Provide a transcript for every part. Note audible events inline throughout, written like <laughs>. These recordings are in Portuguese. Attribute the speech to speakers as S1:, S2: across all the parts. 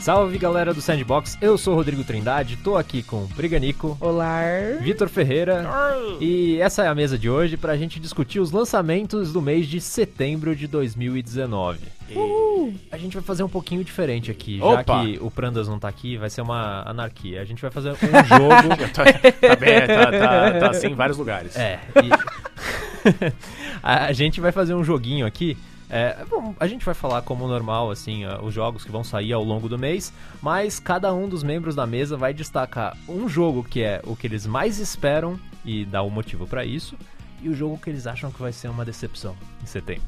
S1: Salve galera do Sandbox, eu sou o Rodrigo Trindade, tô aqui com Briganico,
S2: Olá.
S1: Vitor Ferreira e essa é a mesa de hoje pra gente discutir os lançamentos do mês de setembro de 2019. A gente vai fazer um pouquinho diferente aqui, já
S3: Opa!
S1: que o Prandas não tá aqui, vai ser uma anarquia. A gente vai fazer um jogo.
S3: <laughs> tá, tá bem, tá, tá, tá assim em vários lugares.
S1: É. e- <laughs> a gente vai fazer um joguinho aqui. É, bom, a gente vai falar como normal, assim, ah, os jogos que vão sair ao longo do mês, mas cada um dos membros da mesa vai destacar um jogo que é o que eles mais esperam e dá o motivo pra isso, e o jogo que eles acham que vai ser uma decepção em setembro.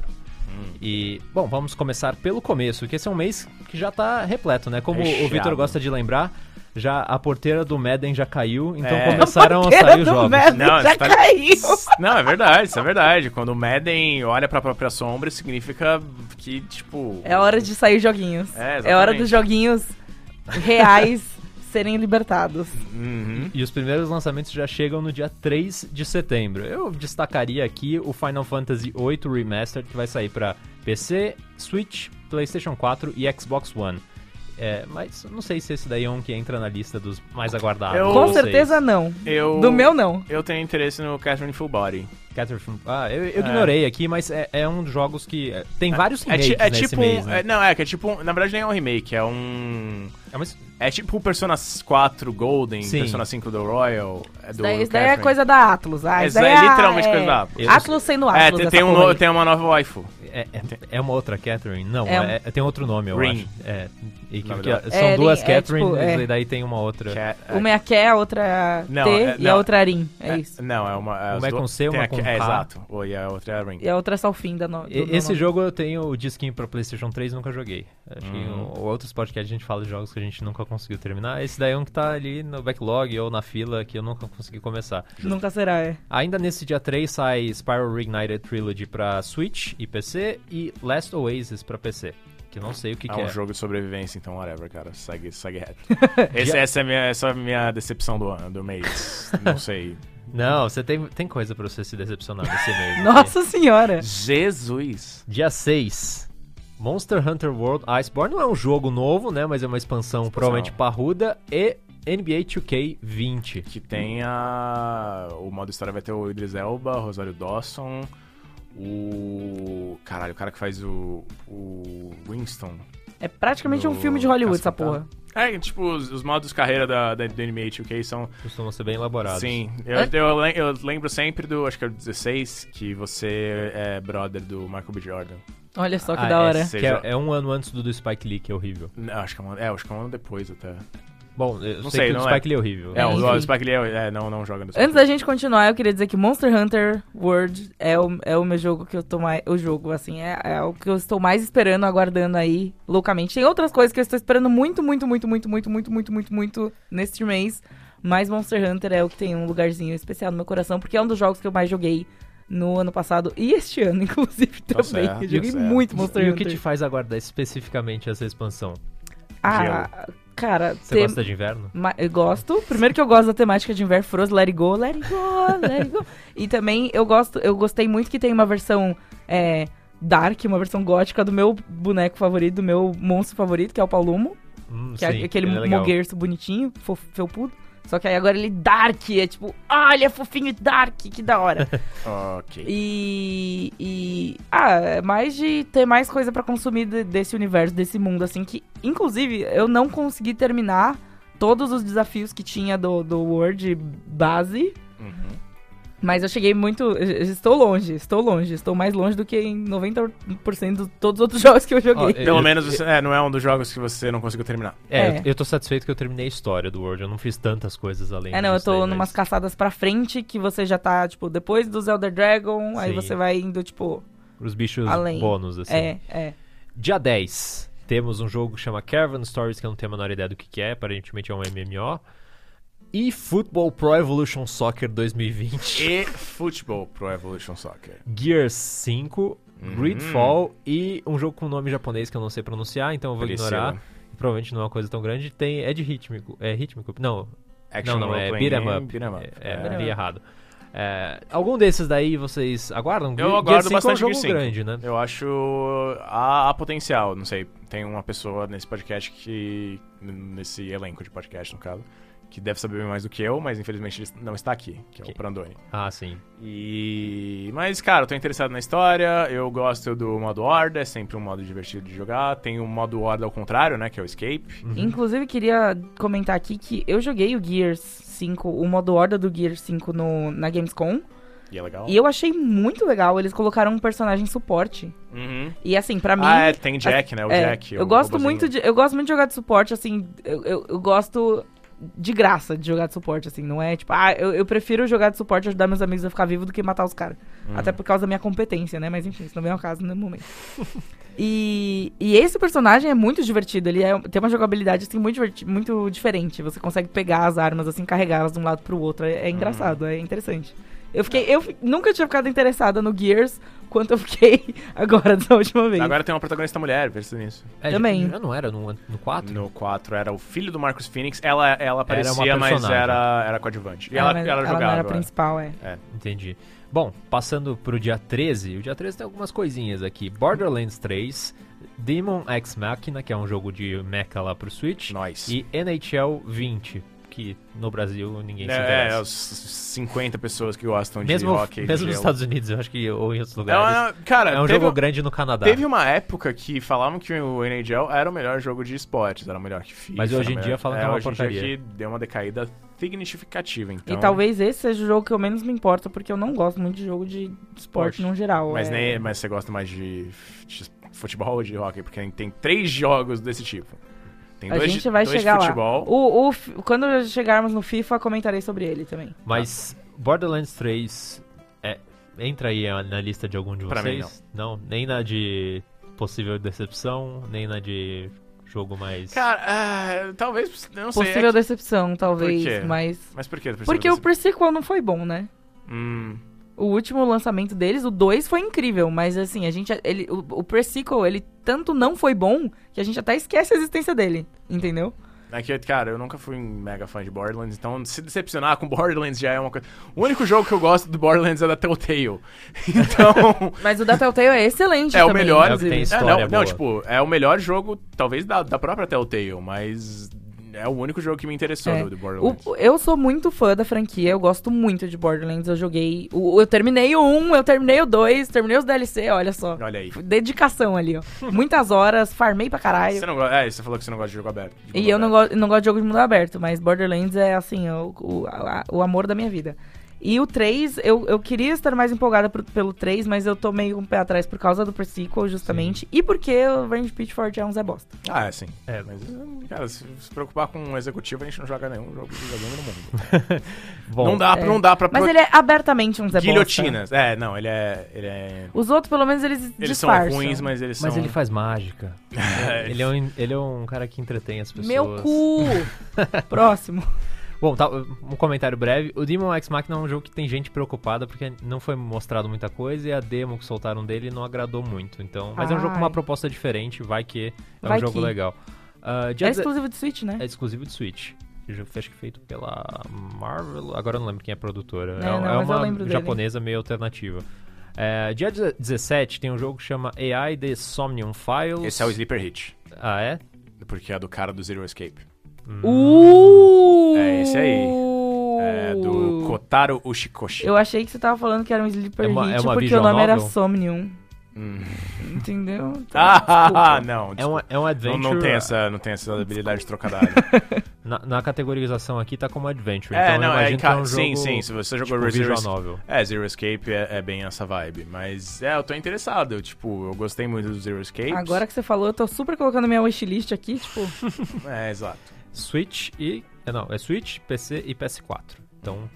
S3: Hum.
S1: E, bom, vamos começar pelo começo, que esse é um mês que já tá repleto, né? Como o
S3: Recheado.
S1: Vitor gosta de lembrar, já a porteira do Madden já caiu, então
S3: É.
S1: começaram a sair os jogos.
S3: Não,
S2: Não, já
S3: isso tá-
S2: caiu.
S3: Não, é verdade, isso é verdade. Quando o Madden olha pra própria sombra, isso significa que, tipo.
S2: É hora de sair joguinhos.
S3: É, exatamente.
S2: É hora dos joguinhos <laughs> reais serem libertados.
S3: Uhum.
S1: E os primeiros lançamentos já chegam no dia 3 de setembro. Eu destacaria aqui o Final Fantasy VIII Remastered, que vai sair pra PC, Switch, PlayStation 4 e Xbox One. É, mas não sei se esse daí é um que entra na lista dos mais aguardados.
S3: Eu-
S1: não
S2: Com
S1: sei.
S2: certeza não.
S3: Eu,
S2: Do meu não.
S3: Eu tenho interesse no Catherine Full Body.
S1: Catherine- Ah, eu, eu
S3: É.
S1: ignorei aqui, mas é, é um dos jogos que. é, tem vários
S3: É,
S1: remakes
S3: ti- é
S1: nesse
S3: tipo.
S1: mês,
S3: um,
S1: né?
S3: é- não, é que é tipo. um- Na verdade, nem é um remake, é um.
S1: É, mas-
S3: É tipo o Persona 4 Golden,
S1: Sim.
S3: Persona 5 do Royal. É do
S2: Isso daí, isso daí é
S3: Catherine.
S2: coisa da Atlus. Ah,
S3: É,
S2: isso daí é
S3: literalmente
S2: é...
S3: coisa da Atlus.
S2: Atlus sendo Atlus.
S3: É, tem,
S2: essa
S3: tem um
S2: porra
S3: no-
S2: aí.
S3: tem uma nova waifu.
S1: é- é- é uma outra Catherine? Não,
S2: É um-
S1: é- é- tem outro nome, eu
S3: Ring.
S1: acho. É, e que-
S3: Nome
S1: que-
S3: dela.
S1: são
S2: É,
S1: duas
S2: é,
S1: Catherine,
S2: tipo, é.
S1: e daí tem uma outra.
S3: Que é-
S2: Uma é a Ké, a outra é a
S3: Não,
S2: T
S3: é-
S2: e a
S3: não.
S2: outra é a Rin. É,
S3: é-
S2: isso.
S3: Não, é uma. as
S1: Uma é com
S3: duas-
S1: C, uma
S3: tem a-
S1: com K.
S3: É, exato. Ou e a outra é a Ring.
S2: E a outra é só o fim da no... do-
S1: E-
S2: do
S1: Esse
S2: nome.
S1: jogo eu tenho o disquinho pra PlayStation 3 e nunca joguei. Acho que em
S3: Uhum.
S1: o- outros podcasts a gente fala de jogos que a gente nunca conseguiu terminar. Esse daí é um que tá ali no backlog ou na fila que eu nunca consegui começar.
S2: Nunca será, é.
S1: Ainda nesse dia 3 sai Spiral Reignited Trilogy pra Switch e PC e Last Oasis pra PC. Que eu não sei o que,
S3: é
S1: que
S3: um
S1: é.
S3: jogo de sobrevivência, então whatever, cara. Segue, segue reto. Esse- essa, é a minha, essa é a minha decepção do ano, do mês. Não sei.
S1: Não, você tem, tem coisa pra você se decepcionar
S3: <laughs>
S1: nesse mês. aqui.
S3: É.
S2: Nossa senhora.
S3: Jesus!
S1: Dia 6. Monster Hunter World Iceborne não é um jogo novo, né? Mas é uma expansão, provavelmente parruda. E NBA 2K20.
S3: Que tem a. O modo história vai ter o Idris Elba, Rosário Dawson, o. Caralho, o cara que faz o. O Winston.
S2: É praticamente um
S3: Do
S2: filme de Hollywood essa
S3: Cascatado.
S2: porra.
S3: É, tipo, os, os modos carreira da, da, do NBA 2K são
S1: Costumam ser bem elaborados.
S3: Sim, eu,
S2: É?
S3: eu lem- eu lembro sempre do, acho que é o 16, que você é brother do Michael B. Jordan.
S2: Olha só que
S1: Ah,
S2: da hora.
S3: esse-
S1: Que é, é um ano antes do, do Spike Lee, que é horrível.
S3: Não, acho que é, um, ano- é, acho que é um ano depois até.
S1: Bom, eu
S3: Não
S1: sei,
S3: sei,
S1: que o do
S3: não é.
S1: Spike Lee é horrível.
S3: É, o,
S2: Enfim.
S3: o Spike Lee é, é, não, não joga no Spike
S2: Antes da gente continuar, eu queria dizer que Monster Hunter World é o, é o meu jogo que eu tô mais. O jogo, assim, é, é o que eu estou mais esperando, aguardando aí loucamente. Tem outras coisas que eu estou esperando muito, muito, muito, muito, muito, muito, muito, muito, muito neste mês. Mas Monster Hunter é o que tem um lugarzinho especial no meu coração, porque é um dos jogos que eu mais joguei no ano passado e este ano, <laughs> inclusive,
S3: Tá
S2: também.
S3: certo,
S2: eu joguei
S3: tá certo.
S2: muito Monster
S1: E o que
S2: Hunter.
S1: te faz aguardar especificamente essa expansão?
S2: Ah, cara,
S1: Você
S2: tem-
S1: gosta de inverno?
S2: Ma- eu gosto. Primeiro que eu gosto da temática de Inver Frost, Let It Go, Let It Go, Let It Go. e também eu gosto, eu gostei muito que tem uma versão é, dark, uma versão gótica do meu boneco favorito, do meu monstro favorito, que é o Paulumo.
S1: Hum,
S2: Que é aquele
S1: ele é legal.
S2: moguerço bonitinho, fof, felpudo. Só que aí agora ele dark, é tipo, ah, ele é fofinho e dark, que da hora.
S3: Ok.
S2: e, e- Ah, é mais de ter mais coisa pra consumir de- desse universo, desse mundo, assim, que, inclusive, eu não consegui terminar todos os desafios que tinha do, do World base.
S3: Uhum.
S2: Mas eu cheguei muito. eu Estou longe, estou longe, estou mais longe do que em 90% de todos os outros <laughs> jogos que eu
S1: Ó,
S2: joguei.
S1: eu-
S3: Pelo menos você, é, não é um dos jogos que você não conseguiu terminar.
S1: É,
S2: É.
S1: Eu, eu tô satisfeito que eu terminei a história do World. Eu não fiz tantas coisas além
S2: É, não, eu
S1: disso
S2: tô
S1: daí, mas-
S2: numas caçadas pra frente que você já tá, tipo, depois do Zelda Dragon, aí
S1: Sim.
S2: você vai indo, tipo,
S1: Os bichos
S2: Além.
S1: bônus, assim.
S2: é, é.
S1: Dia 10, temos um jogo que chama Caravan Stories, que eu não tenho a menor ideia do que que é, aparentemente é um MMO. E Football Pro Evolution Soccer 2020.
S3: E Futebol Pro Evolution Soccer.
S1: Gears 5,
S3: Uhum.
S1: Gridfall e um jogo com nome japonês que eu não sei pronunciar, então eu vou
S3: Priscila.
S1: ignorar. Provavelmente não é uma coisa tão grande. Tem, é de rítmico. É rítmico? Não,
S3: Action
S1: não, não, é
S3: role-playing
S1: beat 'em
S3: game,
S1: up.
S3: beat 'em up.
S1: É, é,
S2: up.
S1: li errado. É, algum desses daí vocês aguardam?
S3: Eu
S1: Gear
S3: aguardo
S1: 5
S3: bastante
S1: é um jogo
S3: Gear 5.
S1: grande, né?
S3: Eu acho há, há potencial, não sei. Tem uma pessoa nesse podcast que. nesse elenco de podcast, no caso, que deve saber mais do que eu, mas infelizmente ele não está aqui, que é
S1: Que-
S3: o Prandoni.
S1: Ah, sim.
S3: E. Mas, cara, eu tô interessado na história, eu gosto do modo Horda, é sempre um modo divertido de jogar. Tem o modo Horda ao contrário, né? Que é o Escape.
S2: Inclusive, queria comentar aqui que eu joguei o Gears 5, o modo horda do Gears 5 no, na Gamescom.
S3: E é legal.
S2: E eu achei muito legal. Eles colocaram um personagem suporte.
S3: Uhum.
S2: E assim, pra mim.
S3: Ah, é, tem Jack, né? O
S2: é,
S3: Jack.
S2: eu gosto muito de. Eu gosto muito de jogar de suporte, assim. Eu, eu, eu gosto de graça de jogar de suporte, assim. Não é tipo, ah, eu, eu prefiro jogar de suporte e ajudar meus amigos a ficar vivo do que matar os caras.
S3: Uhum.
S2: Até por causa da minha competência, né? Mas enfim, isso não vem ao caso no momento. <laughs> E, e esse personagem é muito divertido. Ele é- tem uma jogabilidade assim, muito, diverti- muito diferente. Você consegue pegar as armas, assim, carregá-las de um lado pro outro. É, é engraçado,
S3: Uhum.
S2: é interessante. Eu fiquei. Eu fi- nunca tinha ficado interessada no Gears quanto eu fiquei <laughs> agora dessa última vez.
S3: Agora tem uma protagonista mulher, pensa nisso.
S1: É,
S2: Também.
S1: Já não era no, no 4?
S3: No 4 era o filho do Marcos Phoenix. Ela, ela aparecia,
S1: uma
S3: mas
S1: personagem.
S3: era, era coadjuvante. E
S2: É,
S3: ela,
S2: mas
S3: ela, jogava.
S2: não era a
S3: agora.
S2: principal, é.
S1: Entendi. Bom, passando pro dia 13, o dia 13 tem algumas coisinhas aqui. Borderlands 3, Demon X Machina, que é um jogo de mecha lá pro Switch,
S3: Nós.
S1: e NHL 20, que no Brasil ninguém se
S3: É, é,
S1: interessa.
S3: os 50 pessoas que gostam
S1: mesmo
S3: de rock. e
S1: mesmo nos
S3: gelo.
S1: Estados Unidos, eu acho que, ou em outros
S3: É
S1: lugares.
S3: uma- cara,
S1: É, um
S3: teve,
S1: jogo grande no Canadá.
S3: teve uma época que falavam que o NHL era o melhor jogo de esportes, era o melhor que FIFA.
S1: Mas hoje em
S3: era
S1: dia
S3: o melhor-
S1: falam que é uma
S3: hoje em
S1: porcaria.
S3: dia que deu uma decaída significativa, então.
S2: E talvez esse seja o jogo que eu menos me importo, porque eu não gosto muito de jogo de esporte
S3: Esporte.
S2: no geral.
S3: Mas,
S2: é.
S3: nem, mas você gosta mais de, de futebol ou de hockey? Porque tem três jogos desse tipo. Tem
S2: A
S3: dois,
S2: gente
S3: de-
S2: vai
S3: dois
S2: chegar
S3: de
S2: lá.
S3: futebol.
S2: O, o fi- quando chegarmos no FIFA, comentarei sobre ele também.
S3: um-
S1: Mas Borderlands 3 é, entra aí na lista de algum de
S3: Pra mim,
S1: vocês? não. nem na de possível decepção, nem na de jogo mais.
S3: Cara, ah, talvez, eu não sei.
S2: Possível
S3: é que-
S2: decepção, talvez,
S3: Por quê?
S2: mas...
S3: Mas por que? Precisa
S2: Porque o
S3: desse-
S2: pre-sequel não foi bom, né?
S3: Hum,
S2: O último lançamento deles, o 2, foi incrível, mas assim, a gente... Ele, o, o pre-sequel, ele tanto não foi bom, que a gente até esquece a existência dele, entendeu?
S3: é que, cara, eu nunca fui um mega fã de Borderlands, então se decepcionar com Borderlands já é uma coisa... O único jogo que eu gosto do Borderlands é da Telltale. <laughs> Então...
S2: Mas o da Telltale é excelente
S3: É o
S2: também,
S3: melhor.
S1: É o que tem
S2: inclusive.
S1: história
S3: não, não,
S1: boa.
S3: tipo, é o melhor jogo, talvez, da, da própria Telltale, mas é o único jogo que me interessou
S2: É.
S3: do, do
S2: O-
S3: Borderlands.
S2: eu sou muito fã da franquia, eu gosto muito de Borderlands. Eu joguei. o- eu terminei o 1, eu terminei o 2, terminei os DLC, olha só.
S3: Olha aí.
S2: Dedicação
S3: <laughs>
S2: ali, ó. Muitas horas, farmei pra caralho.
S3: Você não gosta... É, você falou que você não gosta de jogo aberto. de
S2: E
S3: mundo
S2: eu não,
S3: aberto.
S2: go não gosto de jogo de mundo aberto, mas Borderlands é assim, o, o, a- o amor da minha vida. E o 3, eu, eu queria estar mais empolgada pro- pelo 3, mas eu tô meio com o pé atrás por causa do pre-sequel, justamente. E porque o Randy Pitchford é um Zé Bosta.
S3: Ah, é, sim.
S1: É.
S3: Mas, cara, se se preocupar com um executivo, a gente não joga nenhum jogo de videogame no mundo.
S1: Bom,
S3: não, dá,
S2: é.
S3: não dá pra...
S2: Mas
S3: pro-
S2: ele é abertamente um Zé Bosta.
S3: Guilhotinas. É, não, ele é... Ele é...
S2: Os outros, pelo menos, eles
S3: Eles
S2: disfarçam.
S3: são ruins, mas eles
S1: Mas
S3: são...
S1: ele faz mágica.
S3: um- <laughs> É,
S1: ele, é um, ele é um cara que entretém as pessoas.
S2: Meu cu!
S3: <laughs>
S2: Próximo.
S1: Bom, tá, um comentário breve. O Demon X Machina é um jogo que tem gente preocupada porque não foi mostrado muita coisa e a demo que soltaram dele não agradou muito. Então, mas é um jogo com uma
S2: Ai.
S1: proposta diferente, vai que é
S2: Vai
S1: um jogo
S2: que.
S1: legal. Ah, dia
S2: É
S1: deze-
S2: exclusivo de Switch, né?
S1: é exclusivo de Switch. O jogo foi acho que feito pela Marvel. Agora eu não lembro quem é a produtora.
S2: É,
S1: É,
S2: não,
S1: é
S2: mas eu lembro
S1: uma
S2: dele.
S1: japonesa meio alternativa. É, dia deze- 17 tem um jogo que chama AI The Somnium Files.
S3: Esse é o Sleeper Hit.
S1: Ah, é?
S3: Porque é do cara do Zero Escape.
S2: Uh!
S3: É esse aí. É do Kotaro Ushikoshi.
S2: Eu achei que você tava falando que era um sleeper
S1: É uma-
S2: hit
S1: é uma
S2: porque o
S1: visual
S2: nome era
S1: novel?
S2: Somnium.
S3: Hum.
S2: Entendeu? Então,
S3: <laughs> Ah,
S2: desculpa.
S3: <laughs> não.
S1: É um,
S3: desculpa.
S1: é um
S3: Não,
S1: adventure.
S3: não tem essa, não tem essa habilidade de trocadilho.
S1: Na, na categorização aqui tá como adventure.
S3: é,
S1: então
S3: não,
S1: eu
S3: é,
S1: imagino que <laughs> é
S3: cara,
S1: um jogo
S3: sim, sim. Se você jogou
S1: tipo,
S3: Zero
S1: visual
S3: Escape.
S1: novel.
S3: É, Zero Escape é, é bem essa vibe. Mas é, eu tô interessado. Eu, tipo, eu gostei muito do Zero Escape.
S2: Agora que você falou, eu tô super colocando minha wishlist aqui, tipo,
S3: É, exato.
S1: Switch e... é, Não, é Switch, PC e PS4. Então,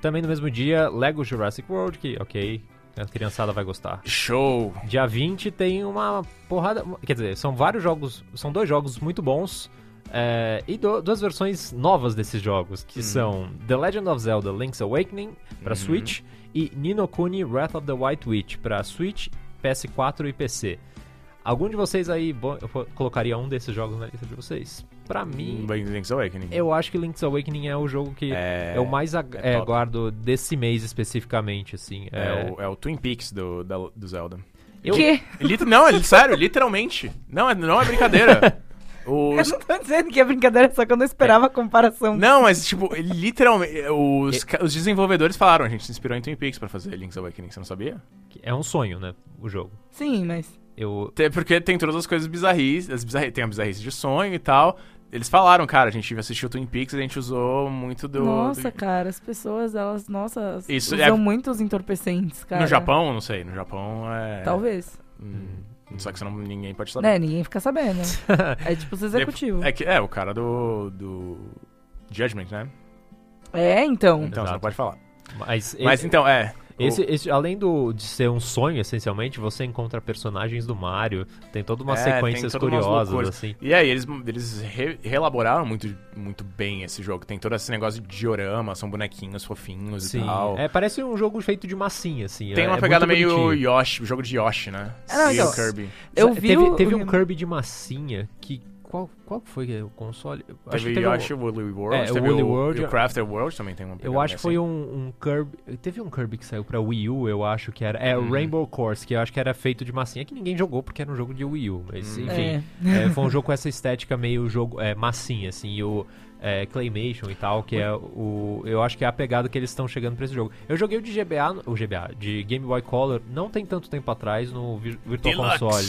S1: também no mesmo dia, Lego Jurassic World, que, ok, a criançada vai gostar.
S3: Show!
S1: Dia 20 tem uma porrada... Quer dizer, são vários jogos... São dois jogos muito bons... é, e do- duas versões novas desses jogos,
S3: Hum.
S1: que são The Legend of Zelda Link's Awakening pra
S3: Uhum.
S1: Switch e Nino Kuni Wrath of the White Witch pra Switch, PS4 e PC. Algum de vocês aí bo- eu po- colocaria um desses jogos na lista de vocês? pra
S3: Hum,
S1: mim,
S3: Link's Awakening.
S1: eu acho que Link's Awakening é o jogo que
S3: É,
S1: eu mais ag- é,
S3: é top.
S1: guardo desse mês especificamente, assim.
S3: É, o, é o Twin Peaks do, da- do Zelda.
S1: Eu-
S3: <laughs>
S2: Que?
S3: Lit- não, é sério, literalmente. Não, é, não é brincadeira. O,
S2: <laughs> Eu não tô dizendo que é brincadeira, só que eu não esperava a comparação.
S3: Não, mas, tipo, literalmente, os, ca- os desenvolvedores falaram, a gente se inspirou em Twin Peaks pra fazer Link's Awakening, você não sabia?
S1: É um sonho, né? O jogo.
S2: Sim, mas.
S1: Eu,
S3: Até porque tem todas as coisas bizarris, as bizarri- tem a bizarrice de sonho e tal. Eles falaram, cara, a gente assistiu Twin Peaks e a gente usou muito do...
S2: Nossa,
S3: do-
S2: cara, as pessoas, elas, nossa,
S3: Isso,
S2: usam
S3: é-
S2: muito os entorpecentes, cara.
S3: No Japão, não sei, no Japão é...
S2: Talvez.
S3: Hum, só que você não, ninguém pode saber.
S2: Né, ninguém fica
S3: <laughs>
S2: sabendo. é tipo os executivos.
S3: É, que, é, o cara do... do... Judgment, né?
S2: É, então.
S3: Então, você não
S1: Exato.
S3: pode falar.
S1: mas
S3: Mas
S1: esse-
S3: então, é... o-
S1: esse, esse- além do, de ser um sonho, essencialmente, você encontra personagens do Mario, tem toda uma
S3: É, tem
S1: sequências
S3: toda umas
S1: curiosas,
S3: loucuras.
S1: assim.
S3: E aí, eles, eles re- reelaboraram muito, muito bem esse jogo. Tem todo esse negócio de diorama, são bonequinhos fofinhos e tal.
S1: É, parece um jogo feito de massinha, assim.
S3: Tem
S1: é-
S3: uma
S1: é
S3: pegada
S1: muito
S3: meio
S1: bonitinho.
S3: Yoshi, jogo de Yoshi, né?
S2: É, não,
S3: e
S2: então-
S3: o Kirby.
S2: Eu
S1: Sa-
S2: vi
S1: teve,
S2: o-
S1: teve
S2: o-
S1: um Kirby de massinha que. Qual, qual que foi o console? Eu acho que
S3: Teve
S1: teve um-
S3: Yoshi, Woolly World,
S1: É, o
S3: teve
S1: Woolly
S3: o,
S1: World,
S3: e o Crafter World também tem uma assim.
S1: Eu acho que foi um, um Kirby. Teve um Kirby que saiu pra Wii U, eu acho que era. É, o
S3: Hum.
S1: Rainbow Course, que eu acho que era feito de massinha, que ninguém jogou porque era um jogo de Wii U. Mas,
S3: Hum.
S1: enfim. é, foi um jogo com essa estética meio jogo é, massinha, assim. E o é, Claymation e tal, que é o. Eu acho que é a pegada que eles estão chegando pra esse jogo. Eu joguei o de GBA, no- o GBA, de Game Boy Color, não tem tanto tempo atrás, no Vir- Virtual Console.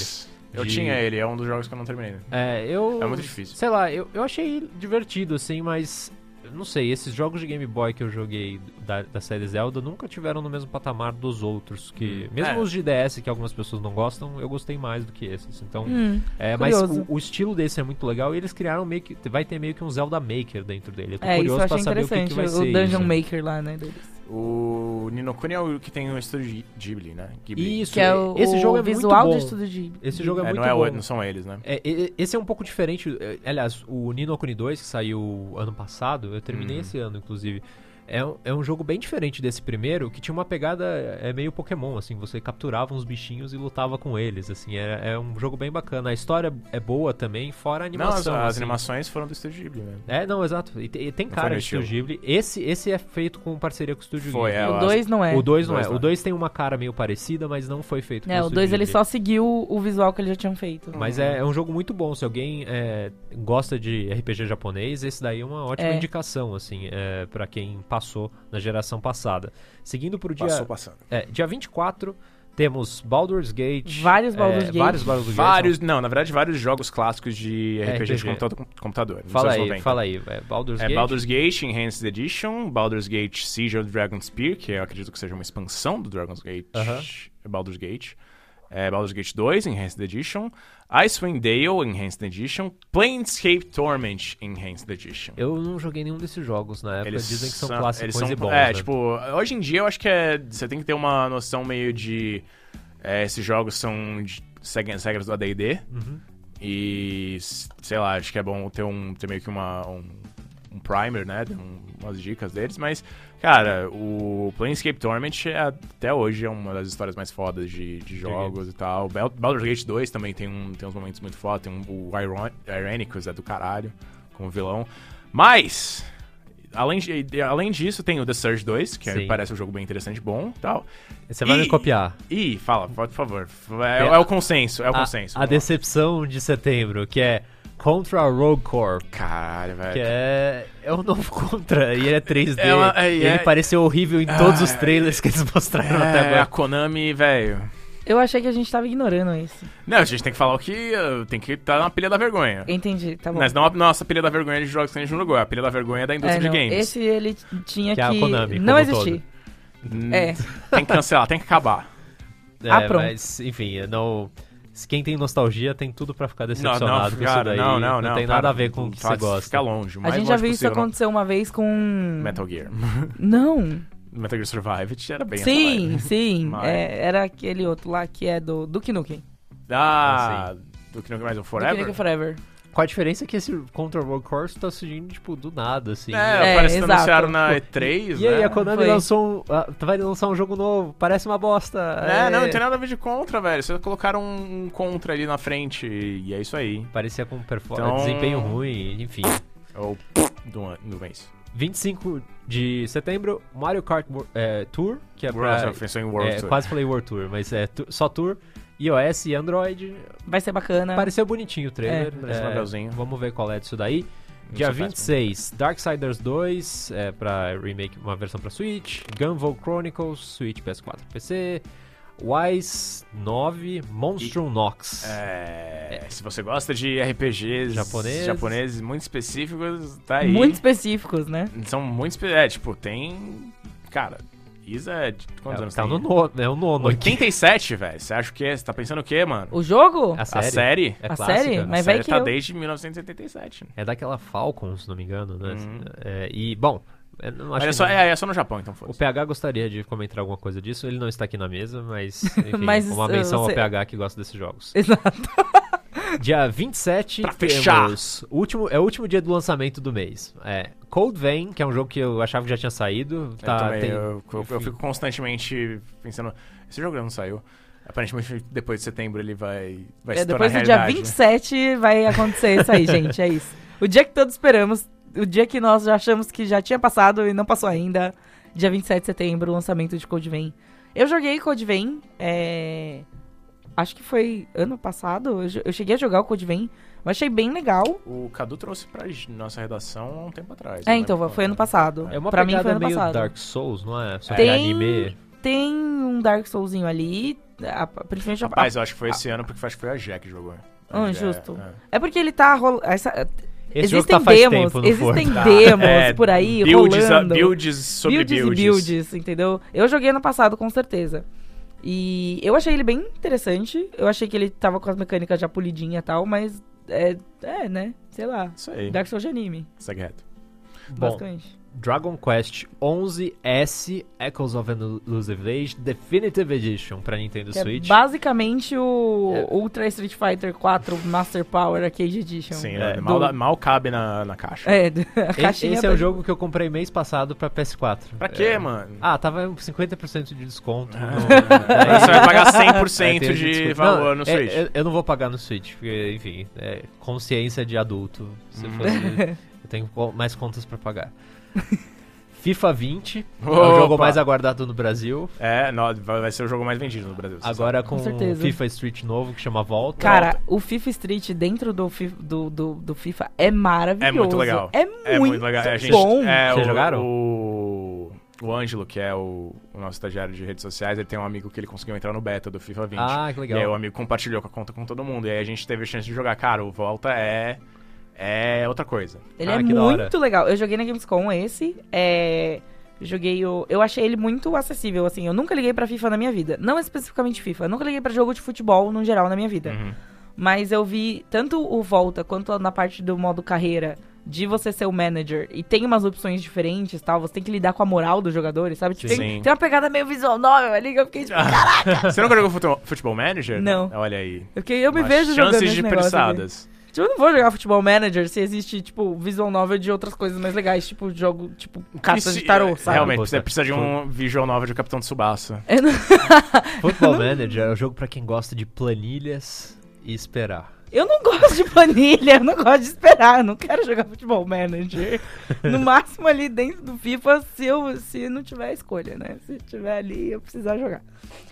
S3: Eu
S1: um De-
S3: tinha ele, é um dos jogos que eu não terminei.
S1: É, eu.
S3: É muito difícil.
S1: Sei lá, eu, eu achei divertido, assim, mas. eu Não sei, esses jogos de Game Boy que eu joguei da, da série Zelda nunca tiveram no mesmo patamar dos outros. que
S3: Hum.
S1: Mesmo
S3: É.
S1: os de DS, que algumas pessoas não gostam, eu gostei mais do que esses. Então.
S2: Hum.
S1: é, mas
S2: curioso.
S1: o, o estilo desse é muito legal e eles criaram meio que. Vai ter meio que um Zelda Maker dentro dele. Eu tô
S2: É, isso eu
S1: curioso pra
S2: achei
S1: saber o que, que
S2: interessante.
S1: vai ser.
S2: o Dungeon
S1: isso.
S2: Maker lá, né, deles.
S3: O Ninokuni é o que tem o estúdio Ghi- Ghibli, né? Ghibli.
S1: Isso,
S2: Que é o,
S1: esse
S2: o
S1: jogo é
S2: visual
S1: muito bom.
S2: de estudo de...
S1: Esse jogo é,
S3: É,
S1: muito
S3: não, é
S1: bom.
S3: o, não são eles, né?
S1: É, e- esse é um pouco diferente. é, Aliás, o Nino Kuni 2, que saiu ano passado, eu terminei
S3: Uhum.
S1: esse ano, inclusive. É um, é um jogo bem diferente desse primeiro, que tinha uma pegada é meio Pokémon, assim, você capturava uns bichinhos e lutava com eles, assim, é, é um jogo bem bacana. A história é boa também, fora a
S3: Não, as,
S1: animação.
S3: as
S1: assim.
S3: animações foram do estúdio Ghibli, né?
S1: É, não, exato. E, te- e tem
S3: Não
S1: cara
S3: foi
S1: de
S3: no
S1: Estúdio
S3: estilo.
S1: Ghibli. Esse, esse é feito com parceria com o Estúdio
S3: Foi,
S1: Ghibli.
S3: é,
S2: O
S3: elas-
S2: 2 não é.
S1: O 2 não
S3: Dois
S1: é. O
S3: não.
S1: 2 tem uma cara meio parecida, mas não foi feito com
S2: É, o
S1: Estúdio
S2: 2 ele
S1: Ghibli.
S2: só seguiu o visual que eles já tinham feito.
S1: Mas é, é um jogo muito bom. Se alguém é, gosta de RPG japonês, esse daí é uma ótima
S2: É.
S1: indicação, assim, é, para quem passou na geração passada. Seguindo pro dia,
S3: Passou passando.
S1: é, dia 24, temos Baldur's Gate. é,
S2: Vários Baldur's Gate.
S1: Vários Baldur's Gate.
S3: Vários, não, na verdade, vários jogos clássicos de
S1: É,
S3: RPG, de
S1: RPG.
S3: computador. computador dos
S1: Fala
S3: anos
S1: aí,
S3: 90.
S1: fala aí. É, Baldur's
S3: É
S1: Gate.
S3: Baldur's Gate Enhanced Edition, Baldur's Gate Siege of Dragon Spear, que eu acredito que seja uma expansão do Dragon's Gate.
S1: Aham.
S3: Baldur's Gate. É, Baldur's Gate 2 Enhanced Edition, Icewind Dale Enhanced Edition, Planescape Torment Enhanced Edition.
S1: Eu não joguei nenhum desses jogos na época. dizem que são, clássicos
S3: eles são-
S1: e bons.
S3: É,
S1: né?
S3: tipo, hoje em dia eu acho que é, você tem que ter uma noção meio de. é, esses jogos são. de- seguem as regras do ADD.
S1: Uhum.
S3: E. s- sei lá, acho que é bom ter, um, ter meio que uma, um, um primer, né? ter um- umas dicas deles, mas. Cara, o Planescape Torment é, até hoje é uma das histórias mais fodas de, de jogos e tal. Bal- Baldur's Gate 2 também tem, um, tem uns momentos muito fodas. Tem um, o Iron, Ironicus é do caralho como vilão. Mas, além, de- além disso, tem o The Surge 2, que
S1: Sim.
S3: parece um jogo bem interessante, bom e tal.
S1: Você vai
S3: e-
S1: me copiar.
S3: Ih, fala, por favor. É,
S1: É,
S3: é o consenso, é o
S1: A-
S3: consenso.
S1: a,
S3: vamos lá.
S1: decepção de setembro, que é Contra Rogue Corp.
S3: Caralho, velho.
S1: Que é, é o novo Contra, e ele é 3D.
S3: É uma- é-
S1: e ele
S3: é-
S1: pareceu horrível em todos os
S3: Ah,
S1: trailers que eles mostraram <laughs>
S3: É,
S1: até
S3: a
S1: agora.
S3: Konami, velho.
S2: Eu achei que a gente tava ignorando isso.
S3: Não, a gente tem que falar o que. uh, Tem que estar na pilha da vergonha.
S2: Entendi, tá bom.
S3: Mas não a nossa pilha da vergonha de jogos que a gente não jogou, é a pilha da vergonha da
S2: É,
S3: indústria de
S2: não,
S3: games.
S2: Esse ele t- tinha
S1: Que
S2: que,
S1: é a Konami,
S2: não
S1: como um
S2: existir.
S3: Hum,
S2: É.
S3: Tem que cancelar, tem que
S1: <laughs>
S3: acabar.
S1: É,
S2: Ah, pronto.
S1: Mas, enfim, eu não. se Quem tem nostalgia tem tudo pra ficar decepcionado com isso
S3: cara,
S1: daí.
S3: não, não, não.
S1: tem
S3: para,
S1: nada a ver com o que
S3: faz-
S1: você gosta.
S3: Fica longe, o
S2: A
S3: mais
S2: gente já
S3: longe
S2: viu isso
S3: possível, não-
S2: acontecer uma vez com
S3: Metal Gear. <laughs>
S2: Não.
S3: Metal Gear Survived
S1: é
S3: era bem essa
S2: Sim,
S3: vibe.
S2: <laughs> sim.
S3: Mas-
S2: É, era aquele outro lá que é do Duke Nukem.
S3: Ah, do que não mais o
S2: Duke
S3: Forever?
S2: Nukem Forever.
S1: Com a diferença que esse Contra World Course tá surgindo, tipo, do nada, assim.
S3: É,
S2: É,
S3: parece que
S2: exato.
S3: anunciaram na
S1: Pô,
S3: E3,
S1: E aí,
S3: né?
S1: a Konami
S2: Foi.
S1: lançou um, ah, vai lançar um jogo novo, parece uma bosta.
S3: É, não, não tem
S1: nada.
S3: nada a ver de contra, velho. Vocês colocaram um contra ali na frente e é isso aí.
S1: Parecia com um perfor-
S3: Então-
S1: desempenho ruim, enfim.
S3: É o <laughs> do, an- do mês.
S1: 25 de setembro, Mario Kart Wo- é, Tour, que é
S3: World
S1: pra...
S3: of Pensou em World
S1: é,
S3: Tour.
S1: Quase falei World Tour, mas é tu- só Tour, iOS e Android.
S2: Vai ser bacana.
S1: Pareceu bonitinho o trailer.
S3: É, parece um papelzinho.
S1: vamos ver qual é disso daí.
S3: Não
S1: Dia
S3: sou péssimo.
S1: 26, Darksiders 2, é, pra remake, uma versão pra Switch. Gunvolt Chronicles, Switch, PS4, PC. Wise 9, Monstrum Nox.
S3: É, se você gosta de RPGs
S1: Japoneses.
S3: japoneses muito específicos, tá aí.
S2: Muito específicos, né?
S3: São muito específicos. É, tipo, tem. Cara, Isa, é de- quantos anos
S1: tá
S3: tem?
S1: no nono, é o nono aqui.
S3: 87, velho. Você acha o quê? Você tá pensando o quê, mano?
S2: O jogo?
S1: A
S3: A
S1: série?
S3: série?
S1: É
S2: A
S1: clássica.
S2: série?
S3: A
S2: Mas vai
S3: série
S2: que
S3: tá
S2: eu-
S3: desde 1987.
S1: É daquela Falcon, se não me engano, né?
S3: Uhum.
S1: É, e, bom, eu não
S3: Mas
S1: acho
S3: é
S1: que
S3: só,
S1: não-
S3: é, é só no Japão, então
S1: O
S3: foda-se.
S1: PH gostaria de comentar alguma coisa disso, ele não está aqui na mesa,
S3: <laughs>
S1: mas, enfim, é
S2: Mas,
S1: uma
S2: uh,
S1: menção ao
S2: você-
S1: PH que gosta desses jogos.
S2: <laughs> Exato.
S1: Dia 27
S3: Pra
S1: temos
S3: fechar.
S1: o último, é o último dia do lançamento do mês. É Cold Vein, que é um jogo que eu achava que já tinha saído.
S3: Eu
S1: Tá,
S3: também,
S1: tem-
S3: eu, eu- eu
S1: enfim.
S3: fico constantemente pensando, esse jogo não saiu. Aparentemente, depois de setembro ele vai, vai
S2: É,
S3: se tornar
S2: depois do dia
S3: realidade. né?
S2: 27 vai acontecer isso aí, gente. É isso. O dia que todos esperamos, o dia que nós já achamos que já tinha passado e não passou ainda. Dia 27 de setembro, lançamento de Code Vein. Eu joguei Code Vein, é... acho que foi ano passado. Eu, jo- eu cheguei a jogar o Code Vein, eu achei bem legal.
S3: O Cadu trouxe pra j- nossa redação há um tempo atrás.
S2: É,
S3: não
S2: então,
S3: lembro
S2: foi ano
S3: quando.
S2: passado.
S1: É uma
S2: pra mim
S1: pegada
S2: foi ano
S1: meio
S2: passado.
S1: Dark Souls, não é? Só
S3: É.
S1: que é
S2: Tem-
S1: anime.
S2: Tem um Dark Soulzinho ali, a- principalmente a,
S3: Rapaz, eu acho que foi esse ano, porque acho que foi a Jack que jogou.
S2: Ah,
S3: Mas é-
S2: justo.
S3: é.
S2: É porque ele tá rolando. Essa...
S1: Esse jogo
S2: existem
S1: tá faz
S2: demos,
S1: tempo Tá. no
S2: existem
S1: forno.
S2: demos
S3: É,
S2: por aí
S3: builds,
S2: rolando.
S3: builds sobre
S2: builds,
S3: builds.
S2: e builds, entendeu? Eu joguei ano passado, com certeza. E eu achei ele bem interessante. Eu achei que ele tava com as mecânicas já polidinha e tal, mas é, é né? Sei lá.
S3: Isso aí.
S2: Dark Souls de anime,
S3: Segue reto.
S1: <laughs> Bom,
S2: basicamente.
S1: Dragon Quest 11S Echoes of an Elusive Age Definitive Edition pra Nintendo
S2: Que é
S1: Switch.
S2: basicamente o
S1: É.
S2: Ultra Street Fighter 4 Master Power Arcade Edition.
S3: Sim,
S1: É,
S3: né, mal,
S2: Então, do-
S3: mal cabe na, na caixa.
S2: É, <laughs> a
S1: E-
S2: caixinha.
S1: Esse é
S2: tá-
S1: o jogo que eu comprei mês passado pra PS4.
S3: Pra quê,
S2: É.
S3: mano?
S1: Ah, tava com 50% de desconto. Então,
S3: Ah,
S1: no-
S3: Você <laughs> vai pagar
S2: <laughs>
S3: 100%
S1: É,
S2: um
S1: tem gente
S3: de
S1: discutindo.
S3: valor
S1: Não,
S3: no
S1: é,
S3: Switch.
S1: eu, eu não vou pagar no Switch, porque, enfim, é consciência de adulto. Se
S3: Hum.
S1: fosse,
S2: <laughs>
S1: eu tenho co- mais contas pra pagar. FIFA 20, é o
S3: Opa!
S1: jogo mais aguardado no Brasil.
S3: É, não, vai vai ser o jogo mais vendido no Brasil. você
S1: Agora com,
S2: Com certeza.
S1: FIFA Street novo, que chama Volta.
S2: Cara, o FIFA Street dentro do, fi- do, do, do FIFA é maravilhoso.
S3: É muito legal.
S2: É
S3: sabe.
S2: muito,
S3: é muito legal. A gente,
S2: bom.
S3: É,
S1: Vocês
S3: o,
S1: jogaram?
S3: O, o Ângelo, que é o, o nosso estagiário de redes sociais, ele tem um amigo que ele conseguiu entrar no beta do FIFA 20.
S1: Ah, que legal.
S3: E aí o amigo compartilhou com a conta com todo mundo. E aí a gente teve a chance de jogar. Cara, o Volta é, é outra coisa.
S2: Ele
S1: Ah,
S2: é
S1: que da hora.
S2: muito legal. Eu joguei na Gamescom esse. É... Joguei o. Eu achei ele muito acessível, assim. Eu nunca liguei pra FIFA na minha vida. Não especificamente FIFA. Eu nunca liguei pra jogo de futebol no geral na minha vida.
S3: Uhum.
S2: Mas eu vi tanto o Volta quanto na parte do modo carreira de você ser o manager. E tem umas opções diferentes tal. Você tem que lidar com a moral dos jogadores, sabe? Tipo,
S3: Sim.
S2: Tem, tem uma pegada meio visual novel ali que eu fiquei tipo, caraca.
S3: Você nunca jogou futebol, futebol Manager?
S2: Não.
S3: Olha aí.
S2: Eu, fiquei- eu me
S3: Umas
S2: vejo jogando
S3: Chances
S2: esse
S3: de
S2: negócio aqui.
S3: pensadas.
S2: Tipo, eu não vou jogar futebol manager se existe, tipo, visual novel de outras coisas mais legais, tipo, jogo, tipo, cartas
S3: Isso-
S2: de tarô, sabe?
S3: é, Realmente,
S1: Pô,
S3: você
S1: tá-
S3: precisa de um visual novel de Capitão de Subasa.
S2: é. Eu não, <laughs>
S1: Football Manager é um jogo pra quem gosta de planilhas e esperar.
S2: eu não gosto de planilha, eu não gosto de esperar, eu não quero jogar futebol manager. No máximo ali dentro do FIFA, se eu se não tiver escolha, né? Se tiver ali, eu precisar jogar.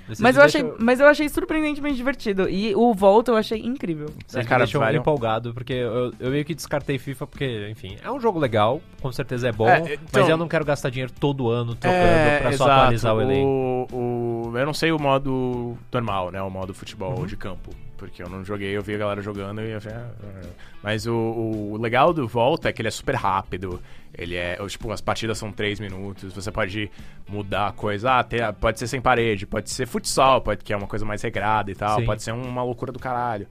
S1: Vocês
S2: Mas
S1: me
S2: eu, achei,
S1: deixam-
S2: mas eu achei surpreendentemente divertido. E o Volta eu achei incrível.
S1: Vocês me
S3: Cara,
S1: deixam
S3: vale um-
S1: empolgado, porque eu, eu meio que descartei FIFA, porque, enfim, é um jogo legal, com certeza é bom,
S3: É, então-
S1: mas eu não quero gastar dinheiro todo ano trocando
S3: É,
S1: pra só
S3: exato.
S1: atualizar o elenco.
S3: o- Eu não sei o modo normal, né? O modo futebol
S1: Uhum.
S3: de campo. Porque eu não joguei, eu vi a galera jogando e eu falei, "Ah, ah". Mas o, o legal do Volta é que ele é super rápido. Ele é. ou, Tipo, as partidas são 3 minutos, você pode mudar a coisa. Ah, tem- pode ser sem parede, pode ser futsal, pode, que é uma coisa mais regrada e tal.
S1: Sim.
S3: Pode ser uma loucura do caralho.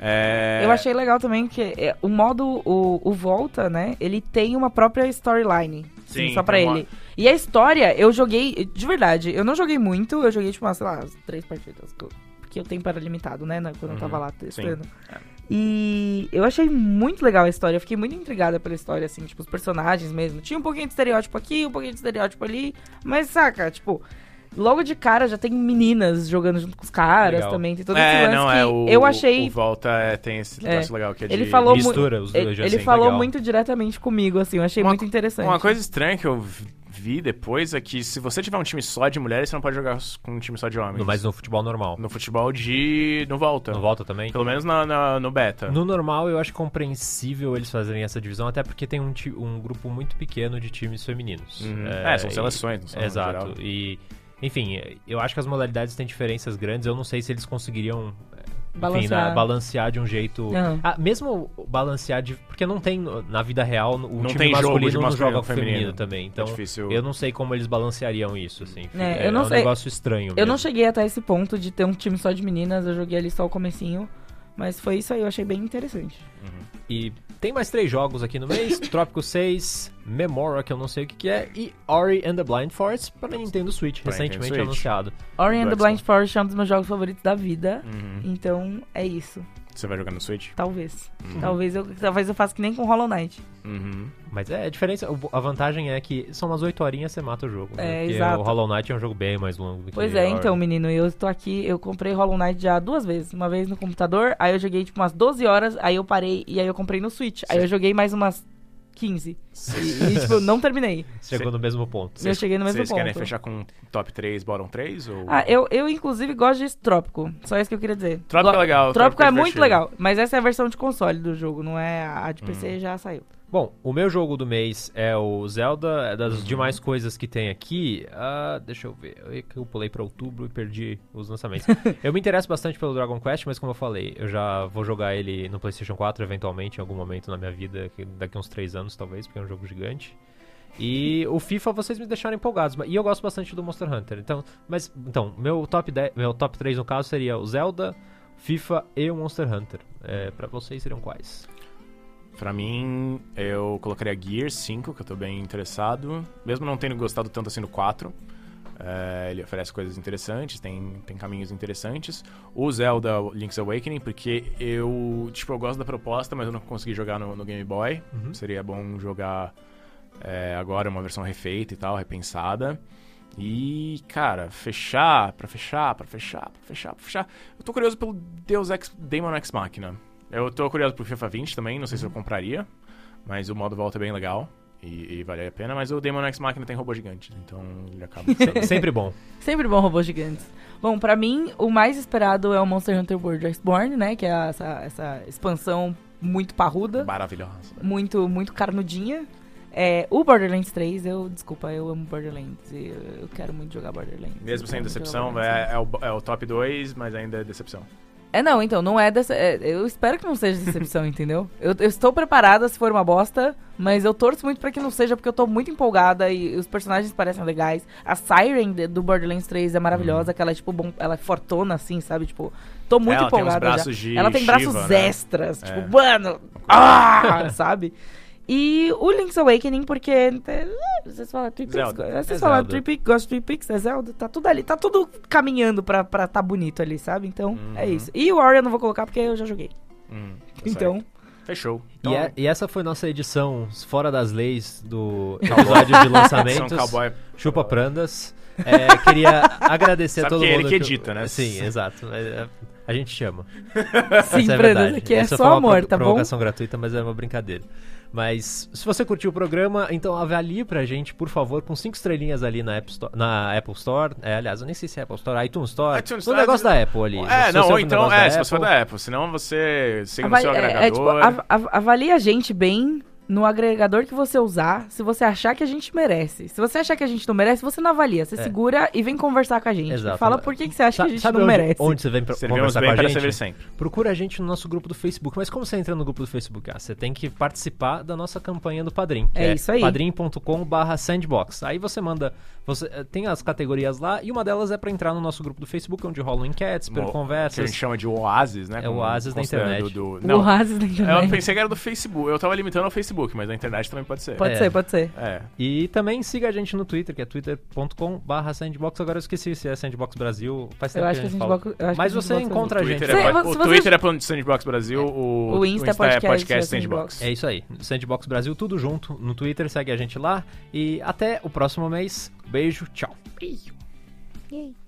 S3: É,
S2: Eu achei legal também que é, o modo, o, o Volta, né? Ele tem uma própria storyline.
S3: Sim,
S2: Sim, só pra
S3: tem uma-
S2: ele. E a história, eu joguei, de verdade, eu não joguei muito,
S3: Uhum. É.
S2: eu joguei, tipo, umas, sei lá, as três partidas. que eu- Porque eu tenho para limitado, né? na- Quando eu tava lá testando. E eu achei muito legal a história, eu fiquei muito intrigada pela história, assim, tipo, os personagens mesmo. Tinha um pouquinho de estereótipo aqui, um pouquinho de estereótipo ali, mas saca, tipo, logo de cara já tem meninas jogando junto com os caras
S1: Legal.
S2: também, tem todo esse
S3: É,
S2: lance
S3: não,
S2: que
S3: é o.
S2: eu achei
S3: O Volta é, tem esse
S2: É.
S3: negócio legal que é de
S2: Ele falou mu-
S1: Mistura os dois,
S2: Ele,
S1: assim,
S2: ele falou
S1: legal.
S2: muito diretamente comigo, assim, eu achei
S3: Uma-
S2: muito interessante.
S3: Uma coisa estranha que eu vi depois é que se você tiver um time só de mulheres, você não pode jogar com um time só de homens.
S1: No- Mas no futebol normal.
S3: No futebol de. Não volta.
S1: Não volta também?
S3: Pelo menos na, na- no beta.
S1: No normal, eu acho compreensível eles fazerem essa divisão, até porque tem um, ti- um grupo muito pequeno de times femininos.
S3: Uhum. É, são seleções, não são, no
S1: Exato.
S3: geral.
S1: E, enfim, eu acho que as modalidades têm diferenças grandes. Eu não sei se eles conseguiriam enfim,
S2: Balancear.
S1: na- balancear de um jeito.
S2: Aham.
S1: Ah, mesmo balancear de. Porque não tem, na vida real, o
S3: Não
S1: time
S3: tem jogo de
S1: masculino, não
S3: masculino
S1: joga com o
S3: e feminino. É
S1: feminino, também. Então,
S3: difícil.
S1: eu não sei como eles balanceariam isso. Assim. Enfim,
S2: É,
S1: É,
S2: eu não
S1: é um
S2: sei.
S1: negócio estranho.
S2: Eu não
S1: mesmo.
S2: cheguei até esse ponto de ter um time só de meninas, eu joguei ali só o comecinho. Mas foi isso aí, eu achei bem interessante.
S1: E tem mais três jogos aqui no
S2: <coughs>
S1: mês: Trópico 6, Memora, que eu não sei o que, que é, e Ori and the Blind Forest para Nintendo Switch,
S3: Pra Nintendo
S1: recentemente
S3: Switch.
S1: anunciado.
S2: Ori and the
S3: Jackson.
S2: Blind Forest é um dos meus jogos favoritos da vida.
S3: Uhum.
S2: Então é isso.
S3: Você vai jogar no Switch?
S2: Talvez.
S3: Uhum.
S2: Talvez eu talvez eu faça que nem com Hollow Knight.
S3: Uhum.
S1: Mas é, a diferença, o- a vantagem é que são umas 8 horinhas você mata o jogo.
S2: É,
S1: né? Porque
S2: exato.
S1: o Hollow Knight é um jogo bem mais longo do que
S2: Pois é,
S1: Ori.
S2: então, menino, eu tô aqui, eu comprei Hollow Knight já duas vezes. Uma vez no computador, aí eu joguei tipo umas 12 horas, aí eu parei e aí eu comprei no Switch. Aí eu joguei mais umas 15. E,
S1: <laughs>
S2: e, tipo, não terminei.
S1: Chegou no mesmo ponto.
S2: Eu cheguei no mesmo
S3: Vocês querem
S2: ponto.
S3: fechar com top 3, bottom 3? Ou...
S2: Ah, eu, eu inclusive gosto de Trópico. Só isso que eu queria dizer.
S3: Trópico é
S2: Lo-
S3: legal,
S2: Trópico
S3: Trópico
S2: é
S3: é
S2: muito
S3: divertido. Hum.
S2: legal, mas essa é a versão de console do jogo, não é a a de PC já saiu.
S1: Bom, o meu jogo do mês é o Zelda. é Das demais coisas que tem aqui, ah, deixa eu ver. Eu- Eu pulei pra outubro e perdi os lançamentos. eu me interesso bastante pelo Dragon Quest, mas como eu falei, eu já vou jogar ele no PlayStation 4 eventualmente, em algum momento na minha vida, que daqui uns 3 anos talvez, porque é um jogo gigante. E o FIFA vocês me deixaram empolgados, mas- e eu gosto bastante do Monster Hunter. Então, mas então, meu top 10, meu top 3 no caso seria o Zelda, FIFA e o Monster Hunter. É, para vocês seriam quais?
S3: Pra mim, eu colocaria Gear 5, que eu tô bem interessado. Mesmo não tendo gostado tanto assim do 4. é, ele oferece coisas interessantes, tem, tem caminhos interessantes. O Zelda Link's Awakening, porque eu, tipo, eu gosto da proposta, mas eu não consegui jogar no, no Game Boy. Seria bom jogar é, agora uma versão refeita e tal, repensada. E, cara, fechar, pra fechar, pra fechar, pra fechar, pra fechar. Eu tô curioso pelo Deus Ex Demon Ex Machina. Eu tô curioso pro FIFA 20 também, não sei se eu compraria, mas o modo volta é bem legal e, e vale a pena. Mas o Demon Ex Machina tem robô gigante, então ele acaba sendo...
S1: Sempre bom.
S2: Sempre bom robôs gigantes. Bom, pra mim, o mais esperado é o Monster Hunter World Iceborne, né? Que é essa, essa expansão muito parruda,
S3: maravilhoso.
S2: muito, muito carnudinha. É, o Borderlands 3, eu, desculpa, eu amo Borderlands. e Eu, eu quero muito jogar Borderlands.
S3: Mesmo
S2: Eu
S3: sem
S2: quero muito
S3: decepção,
S2: jogar Borderlands.
S3: é, é o, é o top 2, mas ainda é decepção.
S2: É, não, então, não é dessa. é, eu espero que não seja decepção, <laughs> entendeu? Eu, eu estou preparada se for uma bosta, mas eu torço muito pra que não seja, porque eu tô muito empolgada e os personagens parecem legais. A Siren de- do Borderlands 3 é maravilhosa, que ela é, tipo, bom, ela é fortona, assim, sabe? Tipo, tô muito
S3: Ela tem uns
S2: empolgada. já.
S3: braços de
S2: ela tem
S3: Shiva,
S2: braços
S3: né?
S2: extras,
S3: É.
S2: tipo, mano,
S1: <laughs>
S2: ah! sabe? E o Link's Awakening, porque. é, Vocês falam Twin Peaks.
S3: Zelda.
S1: É
S2: Vocês falam
S1: Zelda.
S2: Twin Peaks, gosto de Twin Peaks, é Zelda. Tá tudo ali, tá tudo caminhando pra, pra tá bonito ali, sabe? Então, é
S3: Uhum.
S2: isso. E o Warrior eu não vou colocar porque eu já joguei.
S3: Hum, tá
S2: então,
S3: certo. Fechou. Então,
S1: E, é- e essa foi nossa edição fora das leis
S3: <laughs>
S1: do episódio de
S3: São
S1: lançamentos.
S3: um Cowboy.
S1: Chupa prandas. É, queria agradecer a
S3: <laughs> Sabe
S1: todo
S3: que é
S1: mundo.
S3: ele que edita, né?
S1: Sim, exato. É, é, A gente chama.
S2: sim,
S1: <laughs> Essa é a
S2: Brandon,
S1: verdade.
S2: aqui é
S1: Essa
S2: só
S1: foi uma
S2: amor,
S1: pro-
S2: tá bom?
S1: provocação gratuita, mas era uma brincadeira. Mas se você curtiu o programa, então avalie pra gente, por favor, com cinco estrelinhas ali na, App Store, na Apple Store. É, aliás, eu nem sei se é Apple Store, iTunes Store.
S3: iTunes
S1: no
S3: Store,
S1: negócio da Apple ali.
S3: É,
S1: Se
S3: não,
S1: você
S3: ou
S1: ouve no
S3: então,
S1: negócio
S3: é,
S1: da
S3: se você for
S1: Apple,
S3: da Apple, senão você siga no
S2: Avali-
S3: seu
S2: é,
S3: agregador.
S2: é, tipo, av- av- avalie a gente bem no agregador que você usar, se você achar que a gente merece. Se você achar que a gente não merece, você não avalia. Você
S1: É.
S2: segura e vem conversar com a gente.
S1: Exato.
S2: Fala por que, que você acha
S1: Sa-
S2: que a gente
S1: sabe
S2: não
S1: onde,
S2: merece.
S1: onde você vem pra
S3: Servimos
S1: conversar
S3: bem
S1: com a
S3: para
S1: gente? É,
S3: servir sempre.
S1: Procura a gente no nosso grupo do Facebook. Mas como você entra no grupo do Facebook? Ah, você tem que participar da nossa campanha do Padrim. que
S2: É isso aí.
S1: padrim.com.br sandbox. Aí você manda... Você eh, tem as categorias lá e uma delas é pra entrar no nosso grupo do Facebook, onde rolam enquetes,
S3: Mo- Que a
S1: conversas.
S3: gente chama de Oasis, né?
S1: É o oasis da
S3: considerando
S1: internet.
S3: Do...
S2: O né?
S3: Não, É
S2: Oasis da internet.
S3: eu pensei que era do Facebook. Eu tava limitando ao Facebook, mas na internet também pode ser.
S2: Pode
S1: É.
S2: ser, pode ser.
S3: É.
S1: E também siga a gente no Twitter, que é twitter.com.br sandbox. Agora eu esqueci se é Sandbox Brasil. Faz
S2: Eu
S1: tempo
S2: acho
S1: que a gente
S2: que
S1: fala.
S2: Sandbox- eu acho que
S1: Mas você
S2: Sandbox
S1: encontra a
S3: o
S1: gente.
S3: Twitter,
S2: Cê-
S3: é,
S2: vo-
S3: pod-
S2: se
S3: o
S2: você-
S3: Twitter é plano de Sandbox Brasil, o,
S2: O Insta é
S3: é
S2: podcast
S3: podcast
S2: Sandbox.
S3: Sandbox.
S1: É isso aí. Sandbox Brasil, tudo junto. No Twitter, segue a gente lá. E até o próximo mês. Beijo, tchau.
S4: Yay.